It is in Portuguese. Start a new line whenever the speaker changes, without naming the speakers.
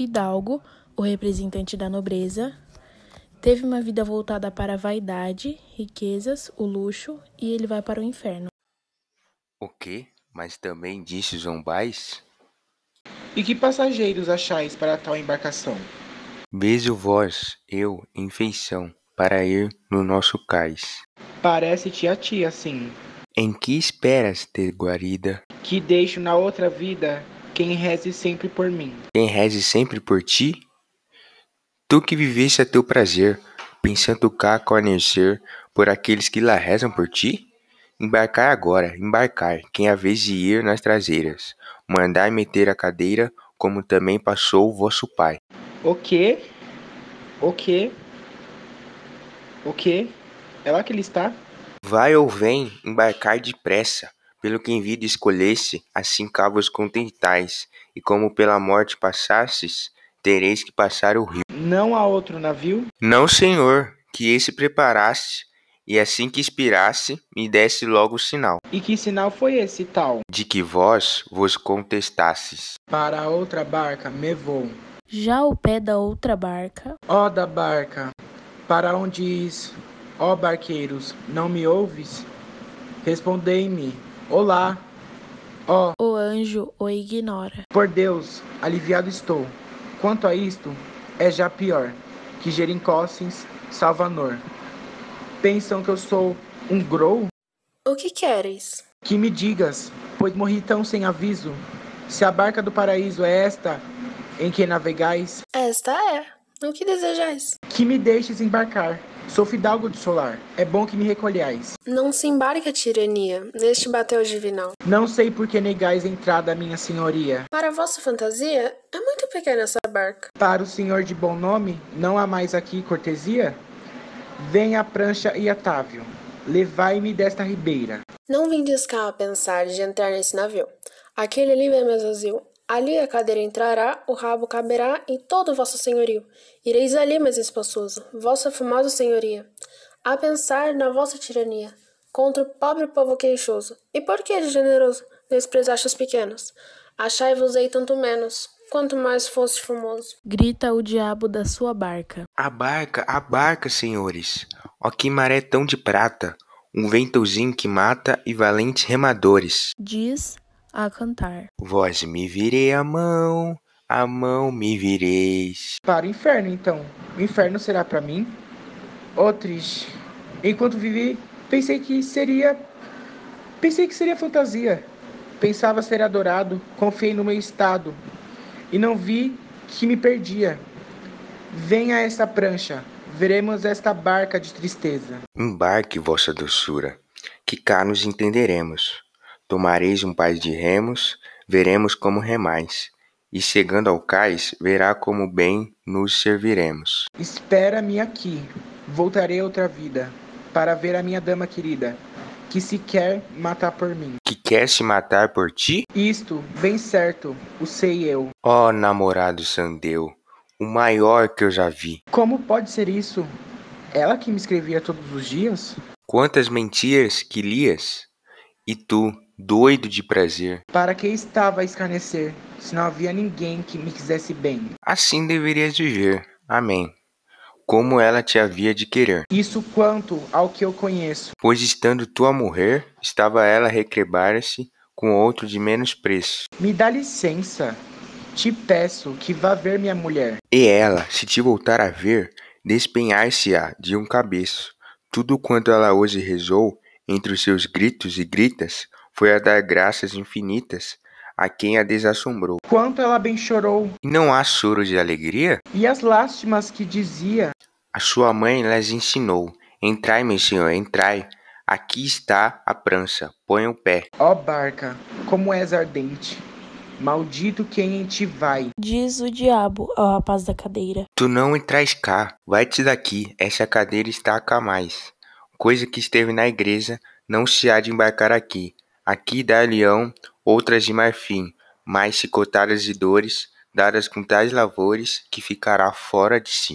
fidalgo, o representante da nobreza, teve uma vida voltada para a vaidade, riquezas, o luxo, e ele vai para o inferno.
O quê? Mas também disse zombais?
E que passageiros achais para tal embarcação?
Vejo vós, eu, em feição, para ir no nosso cais.
Parece-te a ti assim,
Em que esperas ter guarida?
que deixo na outra vida quem reze sempre por mim.
Quem reze sempre por ti? Tu que viveste a teu prazer, pensando cá conhecer por aqueles que lá rezam por ti? Embarcar agora, embarcar, quem a vez de ir nas traseiras, mandai meter a cadeira, como também passou o vosso pai.
O quê? O quê? O quê? É lá que ele está?
Vai ou vem, embarcar depressa, pelo que em vida escolhesse, assim cá vos contentais, e como pela morte passastes, tereis que passar o rio.
Não há outro navio?
Não, senhor, que esse preparasse, e assim que expirasse, me desse logo o sinal,
E que sinal foi esse tal?
de que vós vos contestasses.
Para a outra barca me vou.
Já ao pé da outra barca,
Ó da barca, para onde is? Ó barqueiros, não me ouves? Respondei-me, olá. Ó,
o anjo o ignora.
por Deus, aliviado estou. Quanto a isto, é já pior que Jericóssis, Salvanor. Pensam que eu sou um grou?
O que queres?
Que me digas, pois morri tão sem aviso. Se a barca do paraíso é esta em que navegais,
Esta é. O que desejais?
que me deixes embarcar. Sou fidalgo de solar, é bom que me recolhais.
Não se embarque a tirania neste batel divinal.
Não sei por que negais entrada à minha senhoria.
Para vossa fantasia, é muito pequena essa barca.
Para o senhor de bom nome, não há mais aqui cortesia? Venha a prancha e atávio. Levai-me desta ribeira.
Não vindes cá a pensar de entrar nesse navio. Aquele ali é meu vazio. Ali a cadeira entrará, o rabo caberá em todo o vosso senhorio. Ireis ali, mais espaçoso, vossa famosa senhoria. A pensar na vossa tirania, contra o pobre povo queixoso. E por que, de generoso, desprezaste os pequenos? Achai-vos-ei tanto menos, quanto mais foste famoso.
Grita o diabo da sua barca.
A barca, a barca, senhores! Ó que maré tão de prata! Um ventozinho que mata e valentes remadores.
Diz a cantar.
Vós me virei a mão, a mão me vireis.
Para o inferno, então. O inferno será para mim? Ô, triste. Enquanto vivi, pensei que seria. Pensei que seria fantasia. Pensava ser adorado, confiei no meu estado. E não vi que me perdia. Venha esta prancha, veremos esta barca de tristeza.
Embarque, vossa doçura, que cá nos entenderemos. Tomareis um par de remos, veremos como remais. E chegando ao cais, verá como bem nos serviremos.
Espera-me aqui. Voltarei outra vida para ver a minha dama querida, que se quer matar por mim.
Que quer se matar por ti?
Isto, bem certo, o sei eu.
Ó namorado Sandeu, o maior que eu já vi.
Como pode ser isso? Ela que me escrevia todos os dias?
Quantas mentiras que lias! E tu, doido de prazer,
Para que estava a escarnecer, se não havia ninguém que me quisesse bem?
assim deverias viver. Amém. Como ela te havia de querer.
Isso quanto ao que eu conheço.
pois estando tu a morrer, estava ela a recrebar-se com outro de menos preço.
Me dá licença. Te peço que vá ver minha mulher.
E ela, se te voltar a ver, despenhar-se-á de um cabeço. Tudo quanto ela hoje rezou, entre os seus gritos e gritas, foi a dar graças infinitas a quem a desassombrou.
Quanto ela bem chorou,
E não há choro de alegria?
e as lástimas que dizia.
A sua mãe lhes ensinou. Entrai, meu senhor, entrai. Aqui está a prancha, ponha o pé.
Ó barca, como és ardente, maldito quem em ti vai.
Diz o diabo ao rapaz da cadeira.
Tu não entras cá, vai-te daqui, essa cadeira está a cá mais. Coisa que esteve na igreja, não se há de embarcar aqui. Aqui dá leão, outras de marfim, mais chicotadas e dores, dadas com tais lavores, que ficará fora de si.